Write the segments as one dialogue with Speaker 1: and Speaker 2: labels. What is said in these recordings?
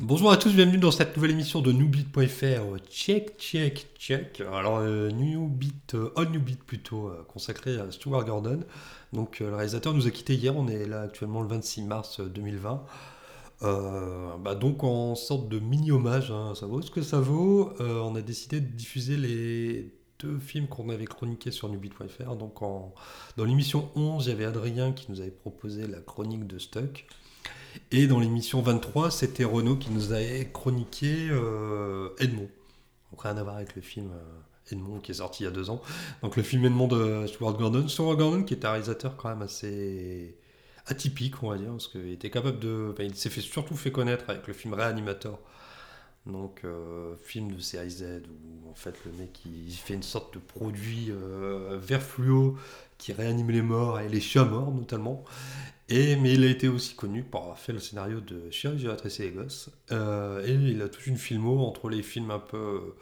Speaker 1: Bonjour à tous, bienvenue dans cette nouvelle émission de Newbeat.fr. Check, check, check. Alors, euh, Newbeat, euh, On Newbeat plutôt, euh, consacré à Stuart Gordon. Donc, euh, le réalisateur nous a quitté hier, on est là actuellement le 26 mars euh, 2020. Euh, bah, donc, en sorte de mini-hommage, hein, ça vaut ce que ça vaut. euh, on a décidé de diffuser les deux films qu'on avait chroniqués sur Newbeat.fr. Donc, en, dans l'émission 11, il y avait Adrien qui nous avait proposé la chronique de Stuck. Et dans l'émission 23, c'était Renaud qui nous avait chroniqué euh, Edmond. Donc rien à voir avec le film euh, Edmond qui est sorti il y a deux ans. Donc le film Edmond de Stuart Gordon. Stuart Gordon qui est un réalisateur quand même assez atypique, on va dire, parce qu'il était capable de... enfin, il s'est fait surtout fait connaître avec le film Réanimateur. Donc euh, film de série Z où en fait le mec il fait une sorte de produit euh, vert fluo qui réanime les morts et les chats morts notamment. Et, mais il a été aussi connu pour avoir fait le scénario de Chien, j'ai adressé les gosses. Euh, et il a toute une filmo entre les films un peu,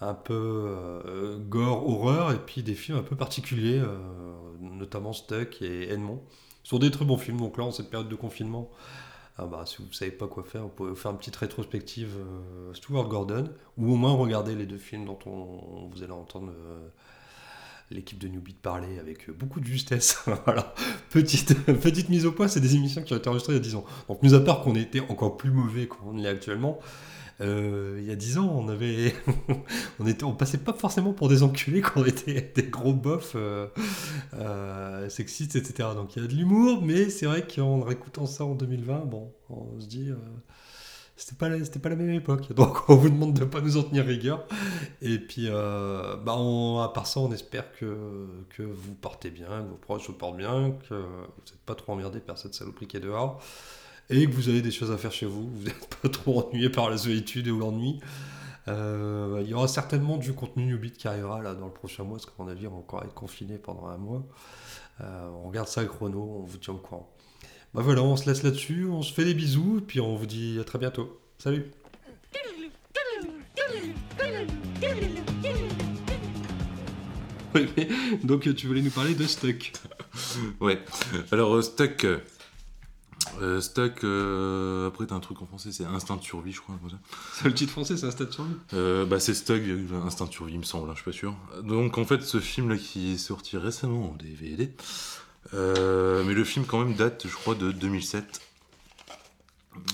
Speaker 1: un peu euh, gore, horreur, et puis des films un peu particuliers, euh, notamment Stuck et Edmond. Ce sont des très bons films, donc là, en cette période de confinement, ah bah, si vous ne savez pas quoi faire, vous pouvez faire une petite rétrospective euh, Stuart Gordon, ou au moins regarder les deux films dont on, vous allez entendre euh, l'équipe de Newbie parler avec euh, beaucoup de justesse. voilà petite, petite mise au point, c'est des émissions qui ont été enregistrées il y a 10 ans. Donc, mis à part qu'on était encore plus mauvais qu'on ne l'est actuellement, euh, il y a 10 ans, on avait, on était, on passait pas forcément pour des enculés quand on était des gros bofs euh, euh, sexistes, etc. Donc, il y a de l'humour, mais c'est vrai qu'en réécoutant ça en 2020, bon, on se dit. euh, c'était pas, la- c'était pas la même époque, donc on vous demande de pas nous en tenir rigueur. Et puis, euh, bah on- à part ça, on espère que, que vous portez bien, que vos proches vous portent bien, que vous n'êtes pas trop emmerdés par cette saloperie qui est dehors, et que vous avez des choses à faire chez vous, vous n'êtes pas trop ennuyé par la solitude ou l'ennui. Euh, il y aura certainement du contenu Newbit qui arrivera là, dans le prochain mois, parce qu'à mon avis, on va encore être confiné pendant un mois. Euh, on regarde ça avec Renaud, on vous tient au courant. Bah voilà, on se laisse là-dessus, on se fait des bisous, et puis on vous dit à très bientôt. Salut Donc tu voulais nous parler de Stuck.
Speaker 2: Ouais. Alors, euh, Stuck. euh, euh, Stuck, euh, après, t'as un truc en français, c'est Instinct de survie, je crois. comme ça.
Speaker 1: C'est le titre français, c'est un stade sur lui.
Speaker 2: Euh, bah, c'est Stuck, virgule, Instinct de survie, il me semble, hein, je suis pas sûr. Donc, en fait, ce film-là qui est sorti récemment en DVD. euh, mais le film, quand même, date, je crois, de 2007.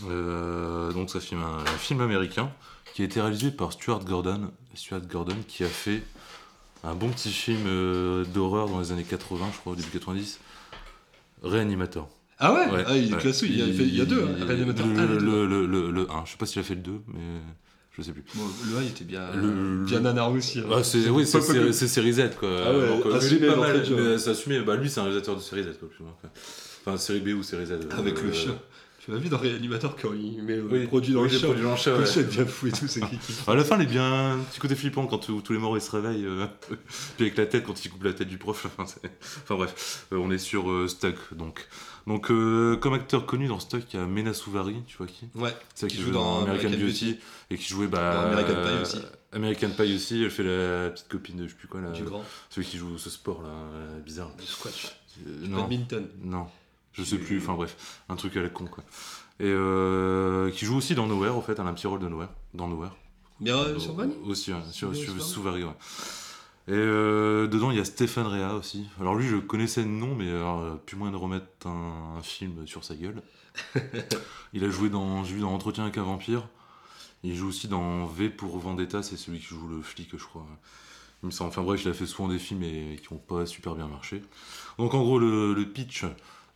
Speaker 2: Euh, donc, ça filme un, un film américain qui a été réalisé par Stuart Gordon. Stuart Gordon qui a fait un bon petit film euh, d'horreur dans les années 80, je crois, début 90. Réanimateur.
Speaker 1: Ah ouais,
Speaker 2: Ouais,
Speaker 1: Ah, Il est
Speaker 2: ouais.
Speaker 1: classé, il y a, il fait- il y a deux. hein.
Speaker 2: Il-
Speaker 1: Reanimator
Speaker 2: le-
Speaker 1: un et deux.
Speaker 2: Le, le, le, 1, je sais pas s'il a fait le 2, mais je sais plus.
Speaker 1: Bon, le A, il était bien,
Speaker 2: Le-
Speaker 1: bien nanar aussi. hein.
Speaker 2: Ah, c'est, oui,
Speaker 1: pas
Speaker 2: c'est,
Speaker 1: cool.
Speaker 2: c'est, c'est série Z quoi.
Speaker 1: Ah ouais,
Speaker 2: Alors que-
Speaker 1: assumé,
Speaker 2: mais pas
Speaker 1: en
Speaker 2: mal,
Speaker 1: fait, ouais.
Speaker 2: mais s'assumer, bah, lui c'est un réalisateur de série Z quoi. plus ou moins, quoi. Enfin, série B ou série Z.
Speaker 1: Avec le
Speaker 2: chat
Speaker 1: chat. Tu l'as vu dans Réanimateur quand il met le
Speaker 2: Euh, Oui,
Speaker 1: produit dans
Speaker 2: oui,
Speaker 1: le
Speaker 2: j'ai
Speaker 1: chat.
Speaker 2: produit dans le chat,
Speaker 1: Le
Speaker 2: ouais.
Speaker 1: chat devient fou et tout, c'est qui qui-
Speaker 2: À Ah, la fin, il est bien. un Petit côté flippant quand tous tous les morts ils se réveillent. euh, Puis avec la tête, quand il coupe la tête du prof. Enfin, c'est- enfin, bref, Euh, on est sur euh, Stuck donc. Donc, euh, comme acteur connu dans Stuck, il y a Mena Souvari, tu vois qui
Speaker 1: Ouais,
Speaker 2: C'est qui, joue dans American, Beauty, et qui jouait bah,
Speaker 1: Dans American Pie
Speaker 2: euh,
Speaker 1: aussi.
Speaker 2: American Pie aussi, elle fait la petite copine de je sais plus quoi là,
Speaker 1: du grand,
Speaker 2: celui qui joue ce sport là, euh, bizarre.
Speaker 1: du squash,
Speaker 2: Euh,
Speaker 1: du
Speaker 2: non,
Speaker 1: badminton.
Speaker 2: non, je sais
Speaker 1: Du-
Speaker 2: plus, enfin bref, un truc à la con quoi. Et euh, qui joue aussi dans Nowhere en fait, elle a un petit rôle de Nowhere, dans Nowhere.
Speaker 1: Mais euh, sur Van
Speaker 2: Aussi, ouais,
Speaker 1: Sylvain
Speaker 2: sur, sur-
Speaker 1: Sylvain
Speaker 2: Souvarine, ouais. Et euh, dedans, il y a Stéphane Rea aussi. Alors lui, je connaissais le nom, mais alors, euh, plus moins de remettre un, un film sur sa gueule. il a joué dans, j'ai vu dans Entretien avec un vampire. Il joue aussi dans V pour Vendetta, c'est celui qui joue le flic, je crois. Il me semble. Enfin bref, il a fait souvent des films et qui n'ont pas super bien marché. Donc en gros, le, le pitch,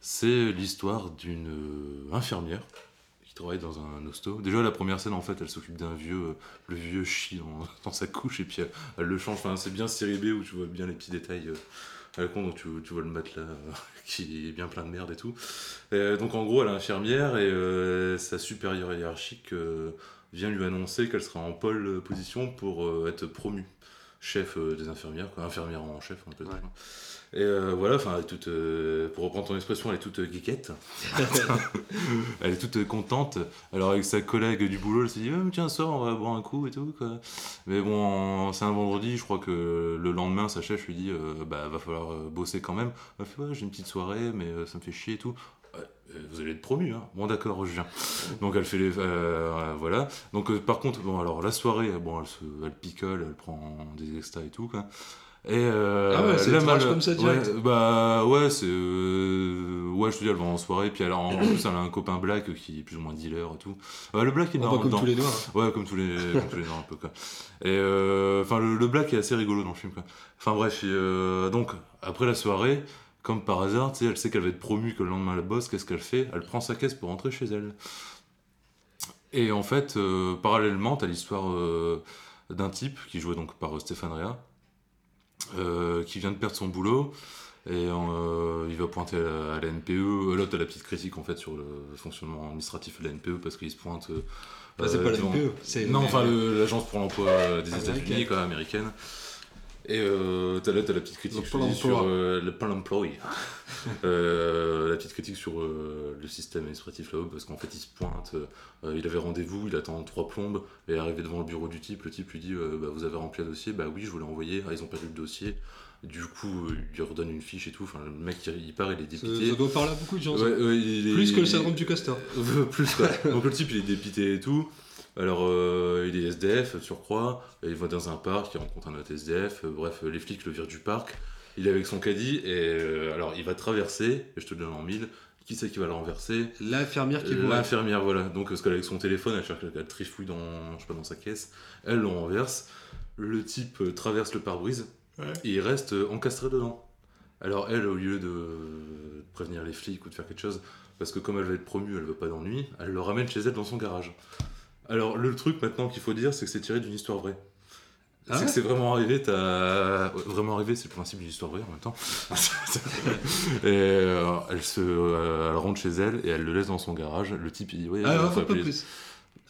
Speaker 2: c'est l'histoire d'une euh, infirmière qui travaille dans un hosto. Déjà, la première scène, en fait, elle s'occupe d'un vieux euh, le vieux chie dans, dans sa couche et puis elle, elle le change. Enfin, c'est bien série B où tu vois bien les petits détails euh, à la con, donc tu, tu vois le matelas euh, qui est bien plein de merde et tout. Euh, donc en gros, elle est infirmière et euh, sa supérieure hiérarchique euh, vient lui annoncer qu'elle sera en pole euh, position pour euh, être promue chef euh, des infirmières, quoi, infirmière en chef, on peut dire. Et euh, voilà, enfin, elle est toute, euh, pour reprendre ton expression, elle est toute euh, geekette. elle est toute euh, contente. Alors avec sa collègue du boulot, elle s'est dit Ah, mais tiens sors, on va boire un coup et tout quoi. Mais bon, en- c'est un vendredi, je crois que le lendemain, sa chef lui dit Euh, bah va falloir euh, bosser quand même. Elle fait ouais j'ai une petite soirée, mais euh, ça me fait chier et tout. Ouais, Euh, vous allez être promu, hein. Bon, d'accord, je viens. Donc, elle fait les. euh, voilà. Donc, euh, par contre, bon, alors, la soirée, bon, elle, se, elle picole, elle prend des extras et tout, quoi. Et euh,
Speaker 1: Ah ouais, c'est
Speaker 2: la
Speaker 1: trash
Speaker 2: malle-
Speaker 1: comme ça,
Speaker 2: ouais,
Speaker 1: direct.
Speaker 2: bah ouais, c'est euh, ouais, je te dis, elle va en soirée, puis elle a, en plus elle a un copain black qui est plus ou moins dealer et tout. Ouais, le black il est
Speaker 1: On
Speaker 2: marrant
Speaker 1: voit comme
Speaker 2: dedans.
Speaker 1: tous les deux. hein.
Speaker 2: Ouais, comme tous les, comme tous les noirs un peu quoi. Et euh, enfin, le, le black est assez rigolo dans le film quoi. Enfin bref, et, euh, donc après la soirée, comme par hasard, tu sais, elle sait qu'elle va être promue que le lendemain la bosse, qu'est-ce qu'elle fait Elle prend sa caisse pour rentrer chez elle. Et en fait, euh, parallèlement, t'as l'histoire euh, d'un type qui jouait donc par euh, Stéphane Rea, euh, qui vient de perdre son boulot. Et euh, il va pointer à la, à la NPE. Euh, Là, t'as la petite critique en fait sur le fonctionnement administratif de la NPE parce qu'il se pointe. euh,
Speaker 1: Bah, c'est
Speaker 2: euh,
Speaker 1: pas la
Speaker 2: devant-
Speaker 1: NPE, c'est
Speaker 2: non, enfin, le- l'agence pour l'emploi euh, des
Speaker 1: Américaine.
Speaker 2: États-Unis, quoi, américaine. Et euh, t'as là, t'as la petite critique
Speaker 1: Le
Speaker 2: je te
Speaker 1: Pôle
Speaker 2: dis,
Speaker 1: emploi.
Speaker 2: sur euh, le plan employé. Euh, la petite critique sur euh, le système administratif là-haut, parce qu'en fait, il se pointe. euh, il avait rendez-vous, il attend trois plombes, et arrivé devant le bureau du type, le type lui dit euh, bah, Vous avez rempli un dossier Bah oui, je vous l'ai envoyé. Ah, ils ont perdu le dossier. Du coup, euh, il lui redonne une fiche et tout. Enfin, le mec, il, il part, il est
Speaker 1: Ça,
Speaker 2: dépité.
Speaker 1: ça doit parler à beaucoup de gens. ça.
Speaker 2: Ouais, ouais, il est-
Speaker 1: Plus que le
Speaker 2: il-
Speaker 1: syndrome du castor.
Speaker 2: euh, plus quoi. Donc le type il est dépité et tout. Alors euh, il est SDF surcroît, Et il va dans un parc, il rencontre un autre SDF, Euh, bref les flics le virent du parc, il est avec son caddie et euh, alors il va traverser, et je te le donne en mille, qui c'est qui va le renverser
Speaker 1: L'infirmière qui boit.
Speaker 2: Euh, L'infirmière voilà, donc parce qu'avec son téléphone elle cherche, elle trifouille dans, je sais pas, dans sa caisse, elle le renverse, le type euh, traverse le pare-brise
Speaker 1: Ouais.
Speaker 2: et il reste euh, encastré dedans. Alors elle, au lieu de euh, prévenir les flics ou de faire quelque chose, parce que comme elle va être promue, elle veut pas d'ennui, elle le ramène chez elle dans son garage. Alors le truc maintenant qu'il faut dire, c'est que c'est tiré d'une histoire vraie.
Speaker 1: Ah
Speaker 2: c'est
Speaker 1: ouais
Speaker 2: que c'est vraiment arrivé, t'as... ouais, Vraiment arrivé, c'est le principe d'une histoire vraie en même temps. et euh, elle, se, euh, elle rentre chez elle et elle le laisse dans son garage. Le type, il dit, ouais,
Speaker 1: Ah,
Speaker 2: euh,
Speaker 1: alors,
Speaker 2: faut
Speaker 1: faut pas
Speaker 2: appeler-
Speaker 1: plus.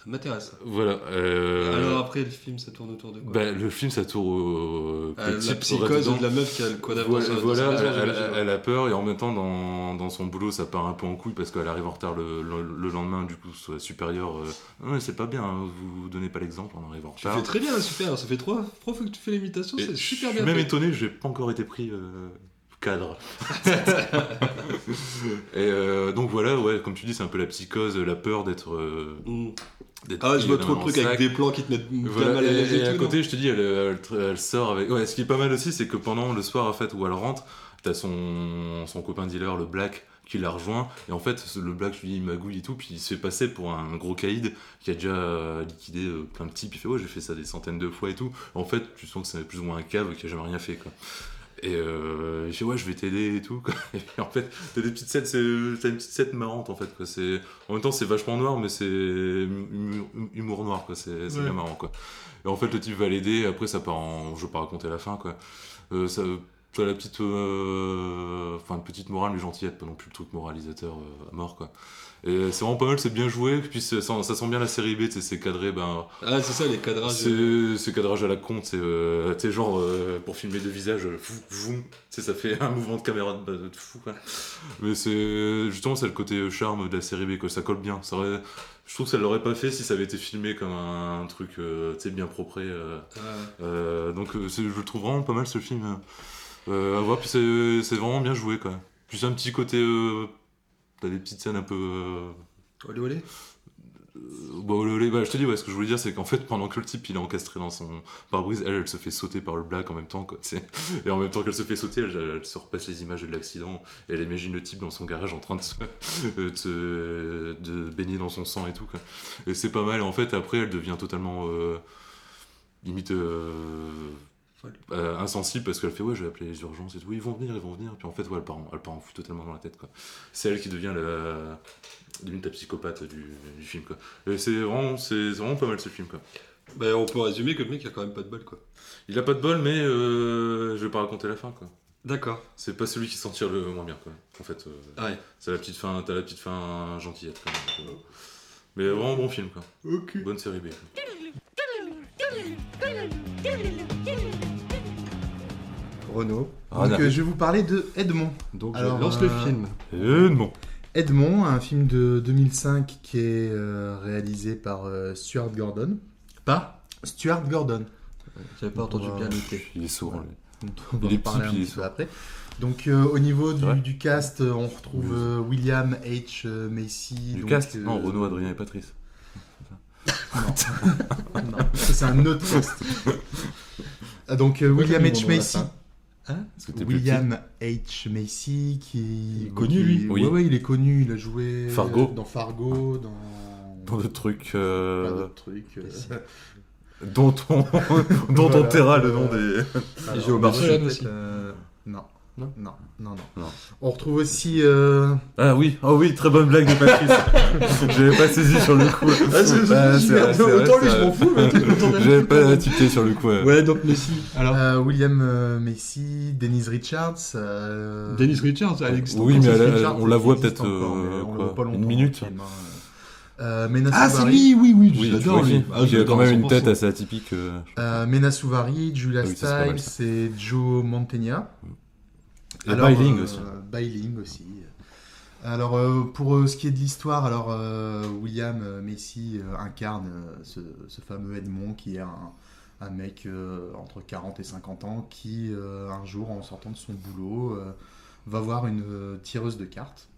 Speaker 1: Ça m'intéresse.
Speaker 2: Voilà. euh,
Speaker 1: Alors après, le film, ça tourne autour de quoi
Speaker 2: bah, le film, ça tourne au...
Speaker 1: Euh,
Speaker 2: le
Speaker 1: La
Speaker 2: type reste
Speaker 1: psychose
Speaker 2: dedans.
Speaker 1: de la meuf qui a le quadra dans
Speaker 2: Voilà,
Speaker 1: sa- dans sa
Speaker 2: voilà,
Speaker 1: maison,
Speaker 2: elle,
Speaker 1: j'imagine.
Speaker 2: elle- elle a peur et en même temps dans, dans son boulot ça part un peu en couille parce qu'elle arrive en retard le, le- le lendemain du coup soit supérieur euh, Non, mais c'est pas bien hein, vous donnez pas l'exemple on arrive en
Speaker 1: Tu
Speaker 2: retard.
Speaker 1: fais très bien, super. Ça fait trois trois fois que tu fais l'imitation,
Speaker 2: Et
Speaker 1: c'est super
Speaker 2: je
Speaker 1: bien.
Speaker 2: suis même
Speaker 1: fait.
Speaker 2: étonné j'ai pas encore été pris euh, cadre. et euh, donc voilà ouais comme tu dis c'est un peu la psychose la peur d'être euh,
Speaker 1: Mm.
Speaker 2: d'être
Speaker 1: Ah, je
Speaker 2: pris
Speaker 1: vois
Speaker 2: dans
Speaker 1: trop
Speaker 2: un
Speaker 1: le truc avec
Speaker 2: sac.
Speaker 1: des plans qui te mettent bien
Speaker 2: Voilà,
Speaker 1: mal à
Speaker 2: et,
Speaker 1: l'aise
Speaker 2: et à
Speaker 1: et tout.
Speaker 2: côté, je te dis, elle, elle- elle sort avec. Ouais, ce qui est pas mal aussi, c'est que pendant le soir, en fait, où elle rentre, t'as son, son copain dealer, le Black, qui la rejoint. Et en fait, ce- le Black, je lui dis, il magouille et tout. Puis il se fait passer pour un gros caïd qui a déjà euh, liquidé euh, plein de types. Il fait, ouais, j'ai fait ça des centaines de fois et tout. En fait, tu sens que c'est plus ou moins un cave qui a jamais rien fait, quoi. Et euh, il fait, ouais, je vais t'aider et tout. quoi. Et puis, en fait, t'as des petites scènes, c'est- t'as une petite scène marrante en fait. Quoi. C'est- En même temps, c'est vachement noir, mais c'est humour, humour noir, quoi. C'est c'est
Speaker 1: Ouais.
Speaker 2: bien marrant, quoi. Et en fait, le type va l'aider, après, ça part en. Je vais pas raconter la fin, quoi. Euh, ça. T'as la petite. euh, Enfin, une petite morale, mais gentillette, pas non plus le truc moralisateur euh, à mort, quoi. Et c'est vraiment pas mal, c'est bien joué, puis c'est- ça, ça sent bien la série B, tu sais, c'est cadré, ben.
Speaker 1: Ah, c'est ça, les cadrages.
Speaker 2: C'est ce cadrage à la con, c'est euh, tu sais, genre euh, pour filmer deux visages, euh, fou, voum, tu sais, ça fait un mouvement de caméra de, de fou. Quoi. Mais c'est justement c'est le côté euh, charme de la série B, que ça colle bien. Ça aurait- je trouve que ça l'aurait pas fait si ça avait été filmé comme un, truc euh, tu sais, bien propre. euh,
Speaker 1: Ah.
Speaker 2: euh, donc euh, c'est- je le trouve vraiment pas mal ce film euh, à voir, puis c'est c'est vraiment bien joué. Quoi. Puis c'est un petit côté. euh, T'as des petites scènes un peu. euh,
Speaker 1: Olé, olé.
Speaker 2: euh, Bah, olé, olé. Bah, je te dis, ouais, ce que je voulais dire, c'est qu'en fait, pendant que le type il est encastré dans son pare-brise, elle, elle se fait sauter par le black en même temps, quoi, tu sais. Et en même temps qu'elle se fait sauter, elle, elle se repasse les images de l'accident, et elle imagine le type dans son garage en train de se. euh, de, se- de baigner dans son sang et tout, quoi. Et c'est pas mal, et en fait, après, elle devient totalement. euh, limite. euh,
Speaker 1: Folle.
Speaker 2: euh, insensible parce qu'elle fait ouais je vais appeler les urgences et tout ils vont venir ils vont venir puis en fait ouais elle part en, elle part en fou totalement dans la tête quoi c'est elle qui devient la limite la psychopathe du, du film quoi et c'est vraiment, c'est vraiment pas mal ce film quoi.
Speaker 1: Bah, on peut résumer que le mec a quand même pas de bol, quoi.
Speaker 2: Il a pas de bol, mais euh, je vais pas raconter la fin quoi.
Speaker 1: D'accord.
Speaker 2: C'est pas celui qui s'en tire le moins bien quoi. En fait, euh,
Speaker 1: Ouais.
Speaker 2: c'est la petite fin, t'as la petite fin gentillette quoi. Donc, euh, Mais vraiment bon film quoi.
Speaker 1: Ok.
Speaker 2: Bonne série B. quoi.
Speaker 1: Renaud.
Speaker 2: Renard.
Speaker 3: Donc, euh, je vais vous parler de Edmond.
Speaker 1: Donc,
Speaker 3: Alors,
Speaker 1: je lance
Speaker 3: euh,
Speaker 1: le film.
Speaker 2: Euh, non.
Speaker 3: Edmond, un film de 2005 qui est euh, réalisé par euh, Stuart Gordon. Pas Stuart Gordon.
Speaker 1: J'avais pas entendu
Speaker 3: euh,
Speaker 1: bien noter.
Speaker 2: Il est sourd. lui.
Speaker 3: dont on va
Speaker 2: Il est
Speaker 3: en parler
Speaker 2: petit,
Speaker 3: un
Speaker 2: puis
Speaker 3: petit
Speaker 2: il
Speaker 3: peu
Speaker 2: est-
Speaker 3: après. Donc euh, au niveau
Speaker 2: C'est vrai.
Speaker 3: du, du cast, euh, on retrouve
Speaker 2: Oui.
Speaker 3: euh, William H. euh, Macy.
Speaker 2: Du
Speaker 3: donc,
Speaker 2: cast
Speaker 3: euh,
Speaker 2: Non, Renaud, Adrien et Patrice.
Speaker 3: Non, ça, c'est un autre cast. Ah, donc euh, William
Speaker 4: Pourquoi t'as
Speaker 3: H.
Speaker 4: mis mon nom à la
Speaker 3: Macy.
Speaker 4: fin
Speaker 3: Hein
Speaker 2: Parce que t'es plus
Speaker 3: William H. Macy qui
Speaker 1: Il est connu,
Speaker 3: qui-
Speaker 1: lui.
Speaker 2: Oui.
Speaker 3: Ouais, ouais, il est connu, il a joué euh,
Speaker 2: Fargo.
Speaker 3: dans Fargo, dans,
Speaker 2: Dans le truc
Speaker 3: plein
Speaker 2: euh,
Speaker 3: d'autres trucs. euh.
Speaker 4: Macy.
Speaker 2: dont on, dont
Speaker 3: Voilà.
Speaker 2: on taira le nom des.
Speaker 3: Alors,
Speaker 1: Géo Barcelone
Speaker 3: peut-être,
Speaker 1: aussi.
Speaker 3: euh, Non.
Speaker 1: Non
Speaker 3: Non, non, non,
Speaker 2: Non.
Speaker 3: On retrouve aussi euh,
Speaker 2: Ah oui, oh oui, très bonne blague de Patrice. J'avais pas saisi sur le coup.
Speaker 1: Ah, c'est-
Speaker 2: Ah, c'est vrai, c'est vrai,
Speaker 1: Autant lui,
Speaker 2: c'est
Speaker 1: je m'en
Speaker 2: vrai.
Speaker 1: fous, mais autant d'elle,
Speaker 2: J'avais
Speaker 1: je
Speaker 2: pas
Speaker 1: m'en
Speaker 2: tilté sur le coup.
Speaker 1: fous.
Speaker 2: ouais.
Speaker 1: Ouais, donc Messi. Alors,
Speaker 3: euh, William euh, Macy, Denise Richards. euh,
Speaker 1: Dennis Richards, Alex.
Speaker 2: Oui, mais
Speaker 3: Francis
Speaker 2: elle- elle-
Speaker 3: Richards,
Speaker 2: on la voit
Speaker 3: qui existe
Speaker 2: peut-être,
Speaker 3: encore, mais
Speaker 2: euh,
Speaker 3: on la
Speaker 2: quoi,
Speaker 3: voit pas longtemps
Speaker 2: une
Speaker 3: dans
Speaker 2: minute.
Speaker 3: le film, hein. Euh, Mena
Speaker 1: Ah, c'est
Speaker 3: Souvari,
Speaker 1: lui, oui, oui, je
Speaker 2: Oui, tu
Speaker 1: l'adore,
Speaker 2: vois,
Speaker 1: lui.
Speaker 2: qui-
Speaker 1: Ah, je
Speaker 2: qui a quand
Speaker 1: l'adore à
Speaker 2: même une tête
Speaker 1: 100%.
Speaker 2: assez atypique. euh,
Speaker 3: Euh, Mena Souvari, Julia
Speaker 2: Ah oui, ça, c'est pas
Speaker 3: Stiles
Speaker 2: mal, ça.
Speaker 3: c'est Joe Mantegna.
Speaker 2: Et Biling
Speaker 3: euh,
Speaker 2: aussi.
Speaker 3: Biling aussi. Alors, euh, pour euh, ce qui est de l'histoire, alors euh, William euh, Macy euh, incarne euh, ce, ce fameux Edmond qui est un, un mec euh, entre 40 et 50 ans qui, euh, un jour, en sortant de son boulot, euh, va voir une euh, tireuse de cartes.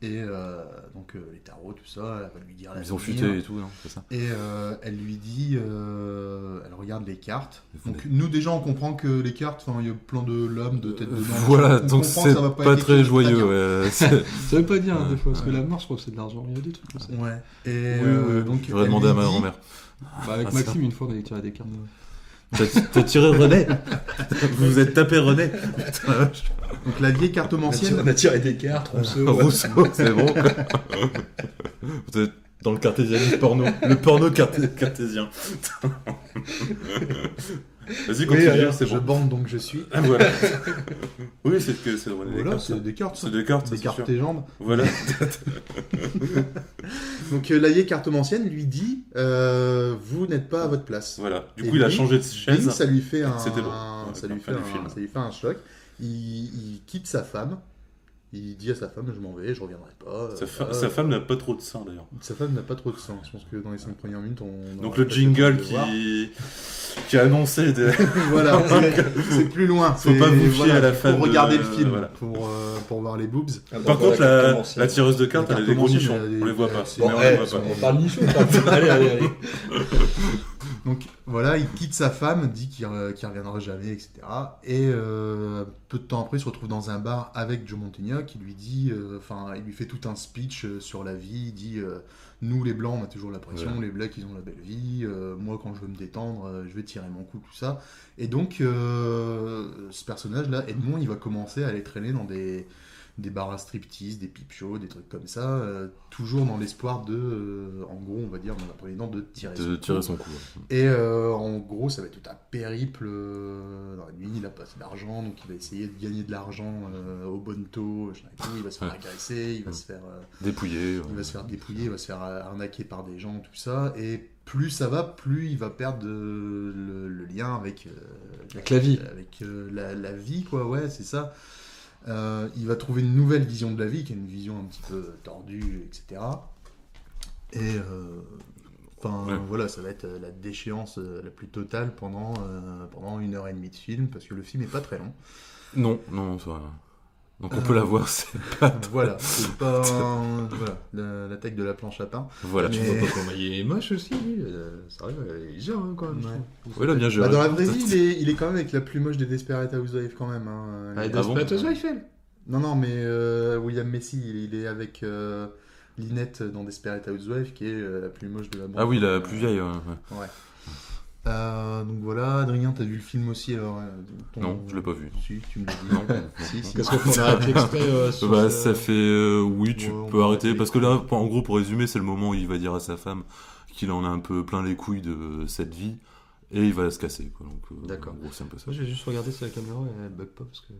Speaker 3: Et euh, donc, euh, les tarots, tout ça, elle va lui dire. hein.
Speaker 2: Ils ont
Speaker 3: l'avenir.
Speaker 2: futé et tout, non C'est ça
Speaker 3: Et euh, elle lui dit, euh, elle regarde les cartes.
Speaker 2: Mais vous
Speaker 3: Donc nous déjà on comprend que les cartes, enfin, il y a plein de l'homme, de tête de nain.
Speaker 2: Euh, Voilà,
Speaker 3: On
Speaker 2: donc
Speaker 3: comprend
Speaker 2: c'est
Speaker 3: que ça va
Speaker 2: pas,
Speaker 3: pas être quelque
Speaker 2: très
Speaker 3: chose de
Speaker 2: joyeux.
Speaker 3: bien.
Speaker 2: ouais. C'est-
Speaker 1: Ça veut pas dire, hein, des fois, parce que
Speaker 2: Ouais.
Speaker 1: la mort, je crois que c'est de l'argent. Il y a des trucs comme ça.
Speaker 3: Ouais. Et
Speaker 2: Oui,
Speaker 3: euh,
Speaker 2: oui,
Speaker 3: donc
Speaker 2: J'aurais
Speaker 3: elle
Speaker 2: demandé
Speaker 3: lui
Speaker 2: à ma
Speaker 3: dit-
Speaker 2: grand-mère.
Speaker 1: Bah, avec
Speaker 2: Ah, c'est
Speaker 1: Maxime, une fois, on avait tiré des cartes.
Speaker 2: T'as t'as tiré René Vous vous êtes tapé René Putain, la vache.
Speaker 3: Donc la vieille cartomancienne.
Speaker 4: a tiré des cartes, Rousseau.
Speaker 2: Rousseau, c'est bon. quoi. Vous êtes dans le cartésien du porno. Le porno carté- cartésien. Vas-y,
Speaker 3: Oui,
Speaker 2: continue,
Speaker 3: alors,
Speaker 2: c'est
Speaker 3: je
Speaker 2: bon.
Speaker 3: bande donc je suis.
Speaker 2: Ah, voilà. oui, c'est que c'est René
Speaker 3: Voilà,
Speaker 2: Descartes.
Speaker 3: c'est des cartes, hein.
Speaker 2: C'est Descartes,
Speaker 3: des
Speaker 2: c'est sûr.
Speaker 3: cartes tes jambes.
Speaker 2: Voilà.
Speaker 3: Donc euh, la vieille cartomancienne lui dit, euh, vous n'êtes pas à votre place.
Speaker 2: voilà. Du
Speaker 3: Et
Speaker 2: coup, il a
Speaker 3: lui,
Speaker 2: changé de
Speaker 3: Bing,
Speaker 2: chaise.
Speaker 3: ça lui fait un,
Speaker 2: C'était bon.
Speaker 3: ça
Speaker 2: Ouais,
Speaker 3: lui fait
Speaker 2: fin du
Speaker 3: un,
Speaker 2: film.
Speaker 3: ça lui fait un choc. Il, il quitte sa femme. Il dit à sa femme, je m'en vais, je reviendrai pas.
Speaker 2: Sa, fa-
Speaker 3: Euh,
Speaker 2: sa femme n'a pas trop de seins d'ailleurs.
Speaker 3: Sa femme n'a pas trop de sens. Je pense que dans les 5 premières minutes, on.
Speaker 2: Donc
Speaker 3: on
Speaker 2: le
Speaker 3: va
Speaker 2: jingle
Speaker 3: peut-être voir.
Speaker 2: qui, qui a annoncé des,
Speaker 3: voilà, c'est- c'est plus loin.
Speaker 2: Faut
Speaker 3: C'est-
Speaker 2: pas vous fier
Speaker 3: voilà,
Speaker 2: à la
Speaker 3: faut
Speaker 2: femme de-
Speaker 3: regarder le film
Speaker 2: voilà.
Speaker 3: pour, euh, pour voir les boobs.
Speaker 2: Par contre, la, la tireuse de cartes,
Speaker 3: La
Speaker 2: elle a des gros
Speaker 3: cartomancienne,
Speaker 2: nichons.
Speaker 3: elle a des-
Speaker 2: On les voit pas.
Speaker 3: Bon,
Speaker 2: Mais on
Speaker 3: eh,
Speaker 2: les voit pas.
Speaker 4: On parle nichon, on parle- Allez, allez, allez.
Speaker 3: Donc voilà, il quitte sa femme, dit qu'il euh, qu'il reviendra jamais, etc. Et euh, peu de temps après, il se retrouve dans un bar avec Joe Montignac qui lui dit, euh, enfin, il lui fait tout un speech euh, sur la vie. Il dit, euh, nous les blancs, on a toujours la pression, les blacks, ils ont la belle vie. euh, moi, quand je veux me détendre, euh, je vais tirer mon coup, tout ça. Et donc, euh, ce personnage-là, Edmond, il va commencer à aller traîner dans des des bars à striptease, des peep shows, des trucs comme ça, euh, toujours dans l'espoir de, euh, en gros, on va dire, dans un premier temps, de tirer
Speaker 2: De
Speaker 3: son coup.
Speaker 2: tirer son coup.
Speaker 3: Et euh, en gros, ça va être tout un périple euh, dans la nuit. Il a pas assez d'argent, donc il va essayer de gagner de l'argent euh, au bon taux. machin et tout. Il va se faire
Speaker 2: Ouais.
Speaker 3: agresser, il va se faire, euh,
Speaker 2: Dépouillé.
Speaker 3: il va se faire dépouiller, il va se faire euh, arnaquer par des gens, tout ça. Et plus ça va, plus il va perdre euh, le, le lien avec, euh,
Speaker 1: Avec la vie.
Speaker 3: avec euh, la, la vie, quoi. Ouais, c'est ça. Euh, il va trouver une nouvelle vision de la vie, qui est une vision un petit peu tordue, etc. Et euh, enfin
Speaker 2: Ouais.
Speaker 3: voilà, ça va être euh, la déchéance euh, la plus totale pendant euh, pendant une heure et demie de film, parce que le film est pas très long.
Speaker 2: Non, non, ça va. Donc on
Speaker 3: Euh.
Speaker 2: peut la voir, c'est...
Speaker 3: voilà, c'est pas un- voilà la- l'attaque de la planche à pain.
Speaker 2: Voilà.
Speaker 3: Mais-
Speaker 4: Tu vois pas comment il est moche aussi, lui. euh, Sérieux, il gère hein, quand même. je
Speaker 3: Ouais.
Speaker 4: trouve.
Speaker 2: Oui, là, bien joué.
Speaker 3: Bah, dans la vraie vie, il est, il est quand même avec la plus moche des Desperate Housewives quand même. hein.
Speaker 1: Ah,
Speaker 3: Il-
Speaker 2: Ah bon
Speaker 1: Desperate Housewives, elle
Speaker 3: Non non, mais euh, William Messi, il, il est avec euh, Lynette dans Desperate Housewives, qui est euh, la plus moche de la bande.
Speaker 2: Ah oui, la plus vieille. ouais, ouais.
Speaker 3: Euh, donc voilà, Adrien, t'as vu le film aussi alors euh, ton-
Speaker 2: Non, je l'ai pas vu.
Speaker 3: Si, tu me l'as dit.
Speaker 2: Non.
Speaker 3: si, si.
Speaker 1: Qu'est-ce qu'on arrête l'extrait euh, sur
Speaker 2: Bah,
Speaker 1: ce-
Speaker 2: ça fait. euh, oui, tu
Speaker 3: ouais, on
Speaker 2: peux
Speaker 3: peut
Speaker 2: arrêter.
Speaker 3: arrêter.
Speaker 2: Parce que là, en gros, pour résumer, c'est le moment où il va dire à sa femme qu'il en a un peu plein les couilles de cette vie et il va se casser. Quoi. Donc, euh,
Speaker 1: D'accord.
Speaker 2: En gros, c'est un peu ça.
Speaker 1: Moi, j'ai juste regardé sur la caméra et elle bug pas parce que.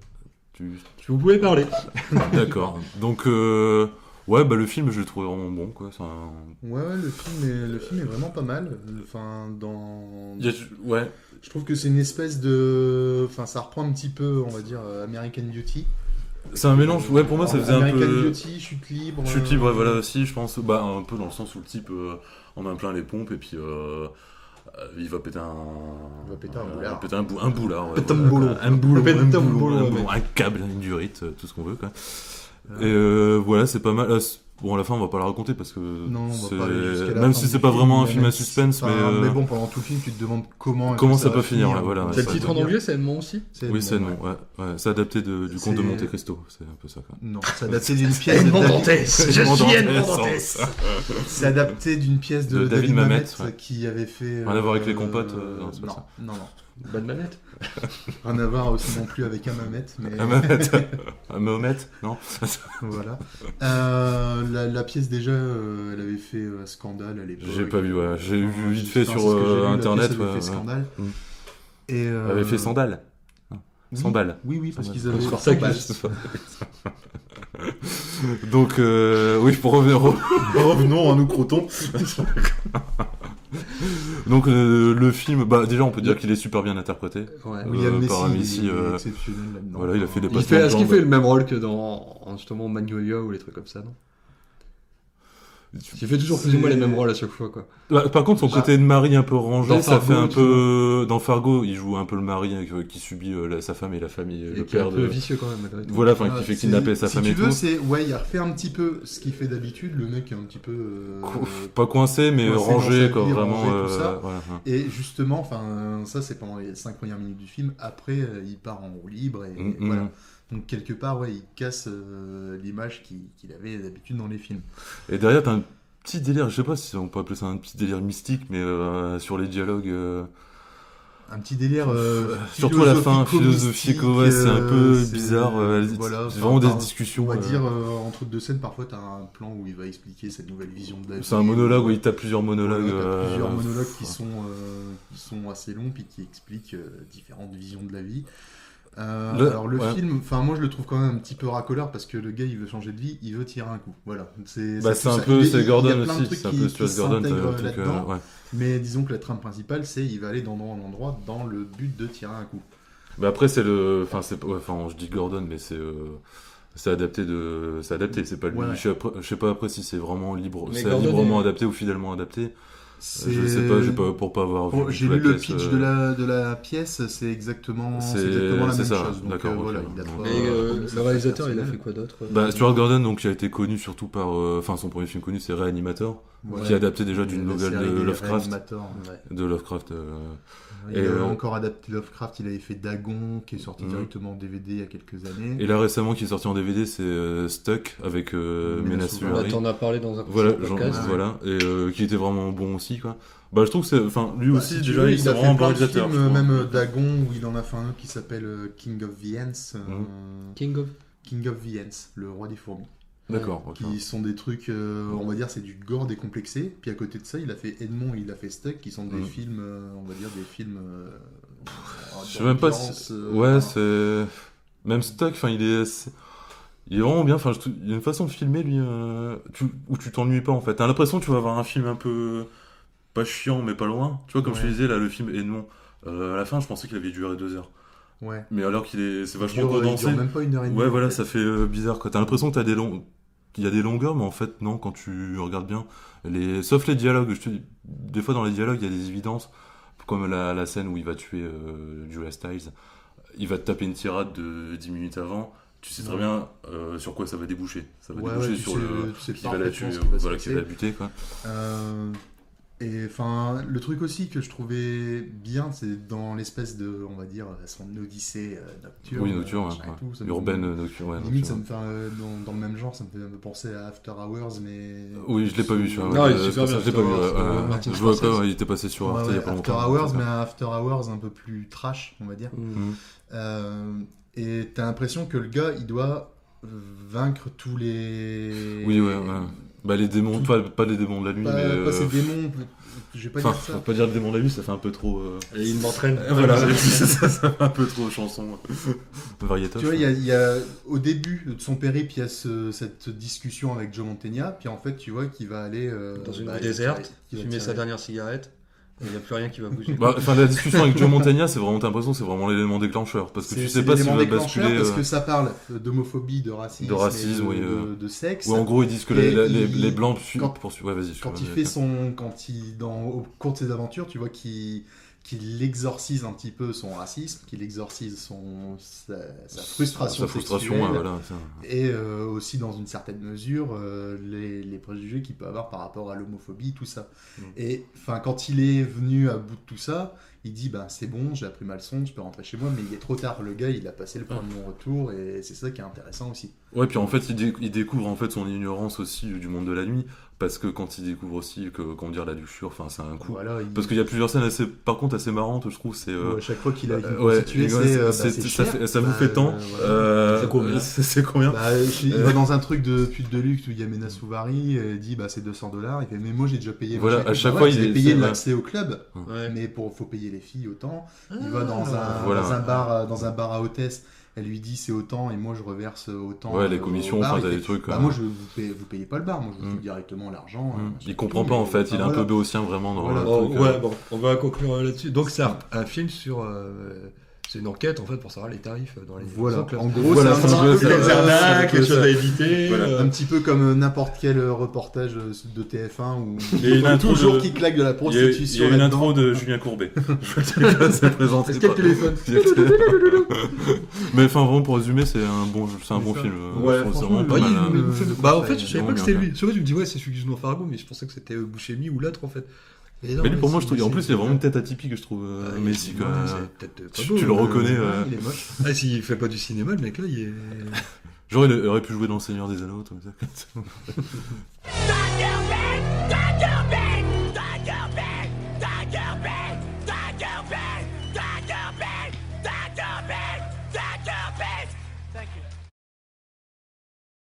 Speaker 2: Tu-
Speaker 1: Vous pouvez parler.
Speaker 2: D'accord. Donc, euh, ouais, bah, le film, je le trouve vraiment bon. Quoi. C'est un-
Speaker 3: Ouais, ouais, le film est, le film est vraiment pas mal. Enfin, dans.
Speaker 2: Il y a- Ouais,
Speaker 3: Je trouve que c'est une espèce de. Enfin, ça reprend un petit peu, on va dire, euh, American Beauty.
Speaker 2: c'est un mélange. Ouais, pour moi, ça faisait un
Speaker 3: American
Speaker 2: peu.
Speaker 3: Beauty, chute libre.
Speaker 2: Je suis
Speaker 3: euh,
Speaker 2: voilà aussi, je pense, bah, un peu dans le sens où le type euh, en a plein les pompes et puis euh, Euh, il va péter un.
Speaker 3: Il va péter un
Speaker 2: euh,
Speaker 3: boulard.
Speaker 2: Péter un, bou- un boulard. ouais,
Speaker 3: Péter un
Speaker 2: voilà,
Speaker 3: boulot.
Speaker 2: Un boulot.
Speaker 3: Péter
Speaker 2: Un, boulot,
Speaker 3: un boulot,
Speaker 2: un,
Speaker 3: ouais,
Speaker 2: boulon, un câble, une durite, euh, tout ce qu'on veut. Quoi. Et euh, voilà, c'est pas mal. Ah, c'est- Bon, à la fin, on va pas la raconter parce que.
Speaker 3: Non, on va
Speaker 2: c'est-
Speaker 3: pas aller jusqu'à la
Speaker 2: Même
Speaker 3: fin
Speaker 2: si
Speaker 3: du
Speaker 2: c'est pas
Speaker 3: film,
Speaker 2: vraiment un
Speaker 3: mais
Speaker 2: film à
Speaker 3: même-
Speaker 2: suspense, mais.
Speaker 3: Enfin,
Speaker 2: euh,
Speaker 3: bon, pendant tout le film, tu te demandes comment.
Speaker 2: Comment
Speaker 3: est-ce que hein.
Speaker 2: ça va finir, là, voilà, ouais,
Speaker 3: C'est le
Speaker 2: ça
Speaker 3: titre
Speaker 2: va
Speaker 3: en anglais
Speaker 4: c'est le nom aussi
Speaker 2: Oui, c'est
Speaker 3: non.
Speaker 2: non. Ouais, ouais. C'est adapté de- du conte de
Speaker 3: C'est-
Speaker 2: Monte Cristo. C'est un peu ça, quoi.
Speaker 3: Non, c'est adapté d'une pièce de David,
Speaker 4: Je
Speaker 2: Edmond
Speaker 4: suis Edmond
Speaker 2: Dantès,
Speaker 4: Dantès
Speaker 3: c'est adapté d'une pièce de,
Speaker 2: De David
Speaker 3: David,
Speaker 2: Mamet,
Speaker 3: Mamet,
Speaker 2: ouais.
Speaker 3: qui avait fait.
Speaker 2: Rien à voir avec les
Speaker 3: euh,
Speaker 2: compotes, euh, non, c'est pas
Speaker 3: non,
Speaker 2: ça.
Speaker 3: non, non.
Speaker 4: Bonne manette
Speaker 3: Rien à voir aussi non plus avec un Mamet, mais
Speaker 2: Un Mahomet Un Mahomet Non
Speaker 3: voilà. Euh, la, la pièce déjà, euh, elle avait fait euh, scandale à l'époque.
Speaker 2: J'ai pas vu, ouais. J'ai vu vite fait
Speaker 3: Enfin,
Speaker 2: sur
Speaker 3: Ah, c'est ce que j'ai
Speaker 2: euh,
Speaker 3: lu, la
Speaker 2: internet.
Speaker 3: pièce avait
Speaker 2: ouais,
Speaker 3: fait
Speaker 2: ouais.
Speaker 3: scandale.
Speaker 2: Mm.
Speaker 3: Et, euh,
Speaker 2: Avait fait sandales.
Speaker 3: oui.
Speaker 2: Sandales.
Speaker 3: Oui, oui, parce
Speaker 2: Sandales.
Speaker 3: qu'ils avaient
Speaker 2: C'est
Speaker 3: fait
Speaker 2: pour ça que- Donc, euh, oui, pour revenir au-
Speaker 3: Revenons à nous croutons.
Speaker 2: Donc, euh, le film, bah, déjà, on peut dire qu'il est super bien interprété.
Speaker 4: Ouais.
Speaker 3: William
Speaker 2: Euh,
Speaker 3: Messi,
Speaker 2: par
Speaker 3: il est-
Speaker 2: Messi,
Speaker 3: il est
Speaker 2: euh,
Speaker 3: exceptionnel là-dedans.
Speaker 2: voilà, il a fait des
Speaker 4: Il
Speaker 2: passements
Speaker 4: fait,
Speaker 2: de
Speaker 4: est-ce qu'il
Speaker 2: jambes.
Speaker 4: fait le même rôle que dans en, justement Magnolia ou les trucs comme ça, non Il fait toujours plus ou moins les
Speaker 3: C'est-
Speaker 4: mêmes rôles à chaque fois, quoi.
Speaker 2: Bah, par contre, son côté de mari un peu rangé,
Speaker 4: Dans
Speaker 2: ça
Speaker 4: Fargo,
Speaker 2: fait un
Speaker 4: tu
Speaker 2: peu. Dans Fargo, il joue un peu le mari euh, qui subit euh, la- sa femme et la famille, euh,
Speaker 4: Et
Speaker 2: le
Speaker 4: qui est
Speaker 2: père
Speaker 4: un peu
Speaker 2: de.
Speaker 4: vicieux quand même, malgré tout.
Speaker 2: Voilà, enfin,
Speaker 3: Ah,
Speaker 2: qui fait
Speaker 3: c'est-
Speaker 2: kidnapper sa
Speaker 3: si
Speaker 2: femme
Speaker 3: tu
Speaker 2: et
Speaker 3: veux,
Speaker 2: tout.
Speaker 3: c'est ouais, il a refait un petit peu ce qu'il fait d'habitude. Le mec est un petit peu euh,
Speaker 2: Cou- Pas coincé, mais
Speaker 3: coincé dans
Speaker 2: rangé,
Speaker 3: sa
Speaker 2: quoi.
Speaker 3: vie,
Speaker 2: Vraiment.
Speaker 3: rangé, tout
Speaker 2: euh,
Speaker 3: ça.
Speaker 2: voilà, hein.
Speaker 3: Et justement, enfin, ça c'est pendant les 5 premières minutes du film. Après, euh, il part en roue libre et,
Speaker 2: Mm,
Speaker 3: et
Speaker 2: mm.
Speaker 3: voilà. Donc quelque part, ouais, il casse euh, l'image qu'il qu'il avait d'habitude dans les films.
Speaker 2: Et derrière, t'as un petit délire, je sais pas si on peut appeler ça un petit délire mystique, mais euh, sur les dialogues. euh,
Speaker 3: Un petit délire. euh,
Speaker 2: surtout à la fin,
Speaker 3: philosophico-mystique,
Speaker 2: philosophique, ouais, c'est un peu
Speaker 3: euh, c'est-
Speaker 2: bizarre. euh,
Speaker 3: voilà,
Speaker 2: c'est vraiment
Speaker 3: enfin,
Speaker 2: des discussions.
Speaker 3: On va
Speaker 2: euh,
Speaker 3: dire euh, entre deux scènes, parfois t'as un plan où il va expliquer cette nouvelle vision de la vie.
Speaker 2: euh, c'est un monologue où il tape plusieurs
Speaker 3: Voilà,
Speaker 2: monologues.
Speaker 3: t'as
Speaker 2: euh,
Speaker 3: plusieurs monologues qui
Speaker 2: pff,
Speaker 3: sont, euh, qui sont assez longs puis qui expliquent euh, différentes visions de la vie. Euh,
Speaker 2: Le-
Speaker 3: alors le
Speaker 2: ouais.
Speaker 3: film, enfin moi je le trouve quand même un petit peu racoleur parce que le gars il veut changer de vie, il veut tirer un coup. Voilà. C'est
Speaker 2: Bah,
Speaker 3: c'est
Speaker 2: c'est
Speaker 3: tout
Speaker 2: un
Speaker 3: ça.
Speaker 2: peu,
Speaker 3: Il- il y
Speaker 2: c'est
Speaker 3: a
Speaker 2: Gordon
Speaker 3: plein de
Speaker 2: aussi,
Speaker 3: trucs
Speaker 2: c'est un
Speaker 3: qui-
Speaker 2: peu
Speaker 3: qui
Speaker 2: Stuart Gordon, t'as
Speaker 3: s'intègrent
Speaker 2: un truc, euh,
Speaker 3: là-dedans.
Speaker 2: ouais.
Speaker 3: Mais disons que la trame principale c'est il va aller dans l'endroit dans le but de tirer un coup.
Speaker 2: Mais après, c'est le, enfin, c'est, ouais, enfin, je dis Gordon, mais c'est, euh, c'est adapté de, c'est adapté, c'est pas lui.
Speaker 3: Ouais.
Speaker 2: Je, sais après- je sais pas après si c'est vraiment libre,
Speaker 4: Mais
Speaker 2: c'est
Speaker 4: Gordon
Speaker 2: librement
Speaker 4: est-
Speaker 2: adapté ou fidèlement adapté. Euh, Je
Speaker 3: C'est-
Speaker 2: sais pas, j'ai pas pour pas avoir. vu
Speaker 3: Bon,
Speaker 2: du
Speaker 3: J'ai
Speaker 2: tout la
Speaker 3: lu le
Speaker 2: pièce,
Speaker 3: pitch
Speaker 2: euh,
Speaker 3: de la, de la pièce, c'est exactement, c'est
Speaker 2: C'est-
Speaker 3: exactement la
Speaker 2: c'est
Speaker 3: même
Speaker 2: ça,
Speaker 3: chose. Donc,
Speaker 2: d'accord,
Speaker 3: euh,
Speaker 2: ok.
Speaker 3: voilà, il a trois-
Speaker 2: Et,
Speaker 3: trois
Speaker 2: euh,
Speaker 3: messages personnels.
Speaker 4: quoi d'autre
Speaker 2: Bah, Stuart Gordon, donc, qui a été connu surtout par, euh, enfin, son premier film connu, c'est Reanimator,
Speaker 3: Voilà.
Speaker 2: qui est adapté déjà d'une
Speaker 3: La
Speaker 2: nouvelle
Speaker 3: série
Speaker 2: de
Speaker 3: des
Speaker 2: Lovecraft.
Speaker 3: Reanimators.
Speaker 2: De Lovecraft. euh,
Speaker 3: Il
Speaker 2: Et,
Speaker 3: avait
Speaker 2: euh,
Speaker 3: encore adapté Lovecraft, il avait fait Dagon, qui est sorti
Speaker 2: Mhm.
Speaker 3: directement en DVD il y a quelques années.
Speaker 2: Et là récemment qui est sorti en DVD, c'est euh, Stuck avec euh,
Speaker 3: Mena
Speaker 2: Mena
Speaker 3: Suvari.
Speaker 1: Bah,
Speaker 2: Suvari.
Speaker 4: T'en as parlé dans un
Speaker 2: Voilà,
Speaker 4: précédent
Speaker 2: genre,
Speaker 4: podcast.
Speaker 3: ouais.
Speaker 2: voilà, et euh, qui était vraiment bon aussi quoi. Bah je trouve que c'est, enfin lui
Speaker 3: Bah,
Speaker 2: aussi
Speaker 3: si tu
Speaker 2: déjà
Speaker 3: veux,
Speaker 2: il, est
Speaker 3: a
Speaker 2: vraiment
Speaker 3: fait
Speaker 2: bon
Speaker 3: plein de
Speaker 2: réalisateur.
Speaker 3: films,
Speaker 2: je trouve.
Speaker 3: même euh, Dagon, où il en a fait un autre qui s'appelle euh, King of Vience. euh,
Speaker 2: Mm.
Speaker 4: King of.
Speaker 3: King of Vience, le roi des fourmis.
Speaker 2: D'accord. ok.
Speaker 3: Qui sont des trucs, euh, on va dire, c'est du gore décomplexé. Puis à côté de ça, il a fait Edmond, il a fait Stuck, qui sont des
Speaker 2: Mhm.
Speaker 3: films, euh, on va dire, des films. euh,
Speaker 2: Je sais même pas
Speaker 3: d'ambiance,
Speaker 2: si,
Speaker 3: euh,
Speaker 2: ouais
Speaker 3: enfin,
Speaker 2: c'est même Stuck, enfin il est, assez- il est vraiment bien. Enfin je trou- il y a une façon de filmer lui euh, tu- où tu t'ennuies pas en fait. T'as l'impression que tu vas avoir un film un peu pas chiant mais pas loin. Tu vois comme je te
Speaker 3: Ouais.
Speaker 2: disais là le film Edmond. Euh, à la fin je pensais qu'il avait duré deux heures.
Speaker 3: Ouais.
Speaker 2: Mais alors qu'il est, c'est
Speaker 3: Il
Speaker 2: vachement
Speaker 3: dure, il
Speaker 2: condensé.
Speaker 3: dure même pas une heure et demie.
Speaker 2: Ouais,
Speaker 3: en
Speaker 2: voilà,
Speaker 3: fait.
Speaker 2: ça fait euh, bizarre quoi. T'as l'impression que t'as des longs. Il y a des longueurs, mais en fait, non, quand tu regardes bien. Les... Sauf les dialogues, je te dis. Des fois, dans les dialogues, il y a des évidences. Comme la, la scène où il va tuer euh, Julia Stiles. Il va te taper une tirade de 10 minutes avant. Tu sais très
Speaker 3: Ouais.
Speaker 2: bien euh, sur quoi ça va déboucher. Ça va
Speaker 3: Ouais,
Speaker 2: déboucher
Speaker 3: ouais, tu
Speaker 2: sur
Speaker 3: sais-
Speaker 2: le.
Speaker 3: tu sais
Speaker 2: Qui va la tuer, euh,
Speaker 3: parfaitement ce qui va se
Speaker 2: voilà, qui va la
Speaker 3: passer.
Speaker 2: buter, quoi.
Speaker 3: Euh, et enfin, le truc aussi que je trouvais bien, c'est dans l'espèce de, on va dire, son odyssée euh, nocturne.
Speaker 2: oui,
Speaker 3: euh,
Speaker 2: nocturne,
Speaker 3: machin et
Speaker 2: ouais.
Speaker 3: tout, ça me-
Speaker 2: Urbaine euh, nocturne, ouais.
Speaker 3: Limite, ça
Speaker 2: nocturne.
Speaker 3: me fait euh, dans, dans le même genre, ça me fait un peu penser à After Hours, mais.
Speaker 2: Oui, je l'ai pas vu, tu vois.
Speaker 4: Non,
Speaker 2: ouais,
Speaker 4: il est
Speaker 2: euh,
Speaker 4: super
Speaker 2: ça,
Speaker 4: bien,
Speaker 2: Je l'ai pas vu,
Speaker 4: After
Speaker 2: ouais,
Speaker 4: Hours,
Speaker 2: ouais,
Speaker 4: euh,
Speaker 2: ouais.
Speaker 4: Martin
Speaker 2: Je vois
Speaker 4: Scorsese.
Speaker 2: pas, Ah ouais, il était passé sur
Speaker 3: Ouais,
Speaker 2: Arte il y a
Speaker 3: ouais,
Speaker 2: pas
Speaker 3: After
Speaker 2: longtemps.
Speaker 3: Hours, mais un After Hours un peu plus trash, on va dire.
Speaker 2: Mhm.
Speaker 3: Euh, et t'as l'impression que le gars, il doit vaincre tous les.
Speaker 2: Oui, ouais, ouais. Bah, les démons,
Speaker 3: Tout-
Speaker 2: pas, pas les démons de la nuit,
Speaker 3: Pas,
Speaker 2: mais.
Speaker 3: pas
Speaker 2: euh,
Speaker 3: ses démons, je vais pas
Speaker 2: Enfin,
Speaker 3: dire
Speaker 2: faut
Speaker 3: ça.
Speaker 2: pas dire le démon de la nuit, ça fait un peu trop. euh,
Speaker 4: Et il m'entraîne.
Speaker 2: Voilà, ça, ça fait un peu trop chanson. Variété.
Speaker 3: Tu vois, il y a, il y a- au début de son périple, il y a ce- cette discussion avec Joe Mantegna, puis en fait, tu vois qu'il va aller euh,
Speaker 4: Dans une
Speaker 3: bah,
Speaker 4: rue
Speaker 3: il va
Speaker 4: déserte,
Speaker 3: tirer- il va
Speaker 4: Fumer
Speaker 3: tirer-
Speaker 4: sa dernière cigarette.
Speaker 1: Il n'y a plus rien qui va bouger.
Speaker 2: Bah, Enfin, la discussion avec Joe Montagna, c'est vraiment, t'as l'impression, que c'est vraiment l'élément déclencheur. Parce que
Speaker 3: C'est-
Speaker 2: tu
Speaker 3: c'est
Speaker 2: sais pas s'il
Speaker 3: l'élément
Speaker 2: va
Speaker 3: déclencheur,
Speaker 2: basculer.
Speaker 3: Parce
Speaker 2: euh,
Speaker 3: que ça parle d'homophobie, de racisme,
Speaker 2: de racisme,
Speaker 3: et
Speaker 2: oui,
Speaker 3: de,
Speaker 2: euh,
Speaker 3: de sexe.
Speaker 2: ou en gros, ils disent que les,
Speaker 3: Et
Speaker 2: la- les,
Speaker 3: il-
Speaker 2: les blancs su-
Speaker 3: quand-
Speaker 2: poursuivent. Ouais, vas-y. je
Speaker 3: quand
Speaker 2: te
Speaker 3: il
Speaker 2: laisse
Speaker 3: fait
Speaker 2: dire.
Speaker 3: son quand il dans au cours de ses aventures tu vois qu'il qu'il exorcise un petit peu son racisme qu'il exorcise son sa, sa frustration
Speaker 2: Sa frustration,
Speaker 3: sexuelle,
Speaker 2: ouais, voilà. ça.
Speaker 3: et euh, aussi dans une certaine mesure euh, les, les préjugés qu'il peut avoir par rapport à l'homophobie tout ça
Speaker 2: Mm.
Speaker 3: et enfin quand il est venu à bout de tout ça il dit ben c'est bon j'ai appris ma leçon je peux rentrer chez moi mais il est trop tard le gars il a passé le point de mon retour et c'est ça qui est intéressant aussi
Speaker 2: Ouais, puis en fait, il, dé- il découvre en fait son ignorance aussi euh, du monde de la nuit, parce que quand il découvre aussi que comment dire la luxure, enfin, c'est un coup.
Speaker 3: voilà il-
Speaker 2: Parce qu'il y a plusieurs scènes assez, par contre, assez marrantes, je trouve. C'est euh,
Speaker 3: Ou à chaque fois qu'il a une
Speaker 2: euh, ouais,
Speaker 3: prostituée,
Speaker 2: ouais,
Speaker 3: c'est
Speaker 2: c'est-
Speaker 3: euh, bah,
Speaker 2: c'est-
Speaker 3: c'est
Speaker 2: ça,
Speaker 3: cher.
Speaker 2: fait- ça vous
Speaker 3: Bah,
Speaker 2: fait tant.
Speaker 3: euh, voilà.
Speaker 2: euh,
Speaker 1: C'est combien
Speaker 2: c'est c'est combien
Speaker 3: Bah, je- il
Speaker 2: Euh.
Speaker 3: va dans un truc de pute de luxe où il y a Mena Souvari, et il dit bah c'est 200 dollars, il fait mais moi j'ai déjà payé.
Speaker 2: Voilà, à chaque fois, il
Speaker 3: il
Speaker 2: est-
Speaker 3: payé
Speaker 2: c'est-
Speaker 3: l'accès au club,
Speaker 1: Ouais.
Speaker 3: mais pour faut payer les filles autant. Il va dans un,
Speaker 2: Voilà.
Speaker 3: dans un bar euh, dans un bar à hôtesse, elle lui dit c'est autant et moi je reverse autant.
Speaker 2: Ouais,
Speaker 3: euh,
Speaker 2: les
Speaker 3: au
Speaker 2: commissions,
Speaker 3: bar.
Speaker 2: enfin,
Speaker 3: Il
Speaker 2: t'as
Speaker 3: fait,
Speaker 2: des trucs.
Speaker 3: bah
Speaker 2: euh,
Speaker 3: moi je vous paye, vous payez pas le bar, moi je vous
Speaker 2: Mm.
Speaker 3: file directement l'argent.
Speaker 2: hum.
Speaker 3: euh,
Speaker 2: Il comprend pas en
Speaker 3: mais,
Speaker 2: fait, il est un
Speaker 3: enfin,
Speaker 2: peu
Speaker 3: voilà.
Speaker 2: béotien vraiment dans
Speaker 3: Voilà.
Speaker 2: le
Speaker 1: Bon,
Speaker 2: truc, euh,
Speaker 1: Oh, ouais, bon, on va conclure euh, là-dessus. Donc, c'est un, un film sur. euh, c'est une enquête en fait pour savoir les tarifs euh, dans les.
Speaker 3: Voilà,
Speaker 1: clubs.
Speaker 3: en gros
Speaker 2: Voilà,
Speaker 3: c'est
Speaker 2: c'est un
Speaker 3: un
Speaker 2: peu
Speaker 3: petit peu
Speaker 2: ça.
Speaker 3: comme
Speaker 1: les
Speaker 3: ça.
Speaker 1: arnaques, les
Speaker 2: c'est
Speaker 1: choses
Speaker 2: ça.
Speaker 1: à éviter.
Speaker 2: Voilà.
Speaker 1: euh,
Speaker 3: Un petit peu comme euh, n'importe quel euh, reportage euh, de TF1 où
Speaker 2: Il y a une intro
Speaker 3: toujours
Speaker 2: de-
Speaker 3: qui claque de la
Speaker 2: Il y a- il y
Speaker 3: prostitution.
Speaker 2: a une
Speaker 3: là-dedans.
Speaker 2: intro de Julien Courbet. Je vais te laisser présenter.
Speaker 1: Est-ce qu'il y a le téléphone
Speaker 2: Il y a le téléphone. Mais enfin, vraiment, pour résumer, c'est un bon, c'est un
Speaker 3: Mais
Speaker 2: bon
Speaker 3: ça-
Speaker 2: film. euh,
Speaker 1: Ouais,
Speaker 2: je trouve que c'est
Speaker 3: franchement,
Speaker 2: vraiment pas
Speaker 3: oui,
Speaker 2: mal.
Speaker 3: il
Speaker 2: hein.
Speaker 3: nous met-
Speaker 1: bah en fait je savais
Speaker 2: vraiment
Speaker 1: pas que
Speaker 2: bien
Speaker 1: c'était
Speaker 2: fait.
Speaker 1: lui. Sur vrai tu me dis ouais c'est celui qui joue dans Fargo mais je pensais que c'était euh, Buscemi ou l'autre en fait. non,
Speaker 2: Mais lui, pour
Speaker 1: c'est-
Speaker 2: moi, je trouve. En
Speaker 1: c'est-
Speaker 2: plus, il y a vraiment une tête atypique, je trouve. euh,
Speaker 1: Ouais,
Speaker 2: Messi,
Speaker 1: il-
Speaker 2: quoi.
Speaker 1: ouais, c'est peut-être pas
Speaker 2: tu-
Speaker 1: beau,
Speaker 2: tu le
Speaker 1: mais-
Speaker 2: reconnais,
Speaker 3: Ouais,
Speaker 2: euh,
Speaker 3: Il est moche.
Speaker 1: Ah s'il fait pas du cinéma le mec là il est.
Speaker 2: Genre, il aurait pu jouer dans Le Seigneur des Anneaux, tout ça.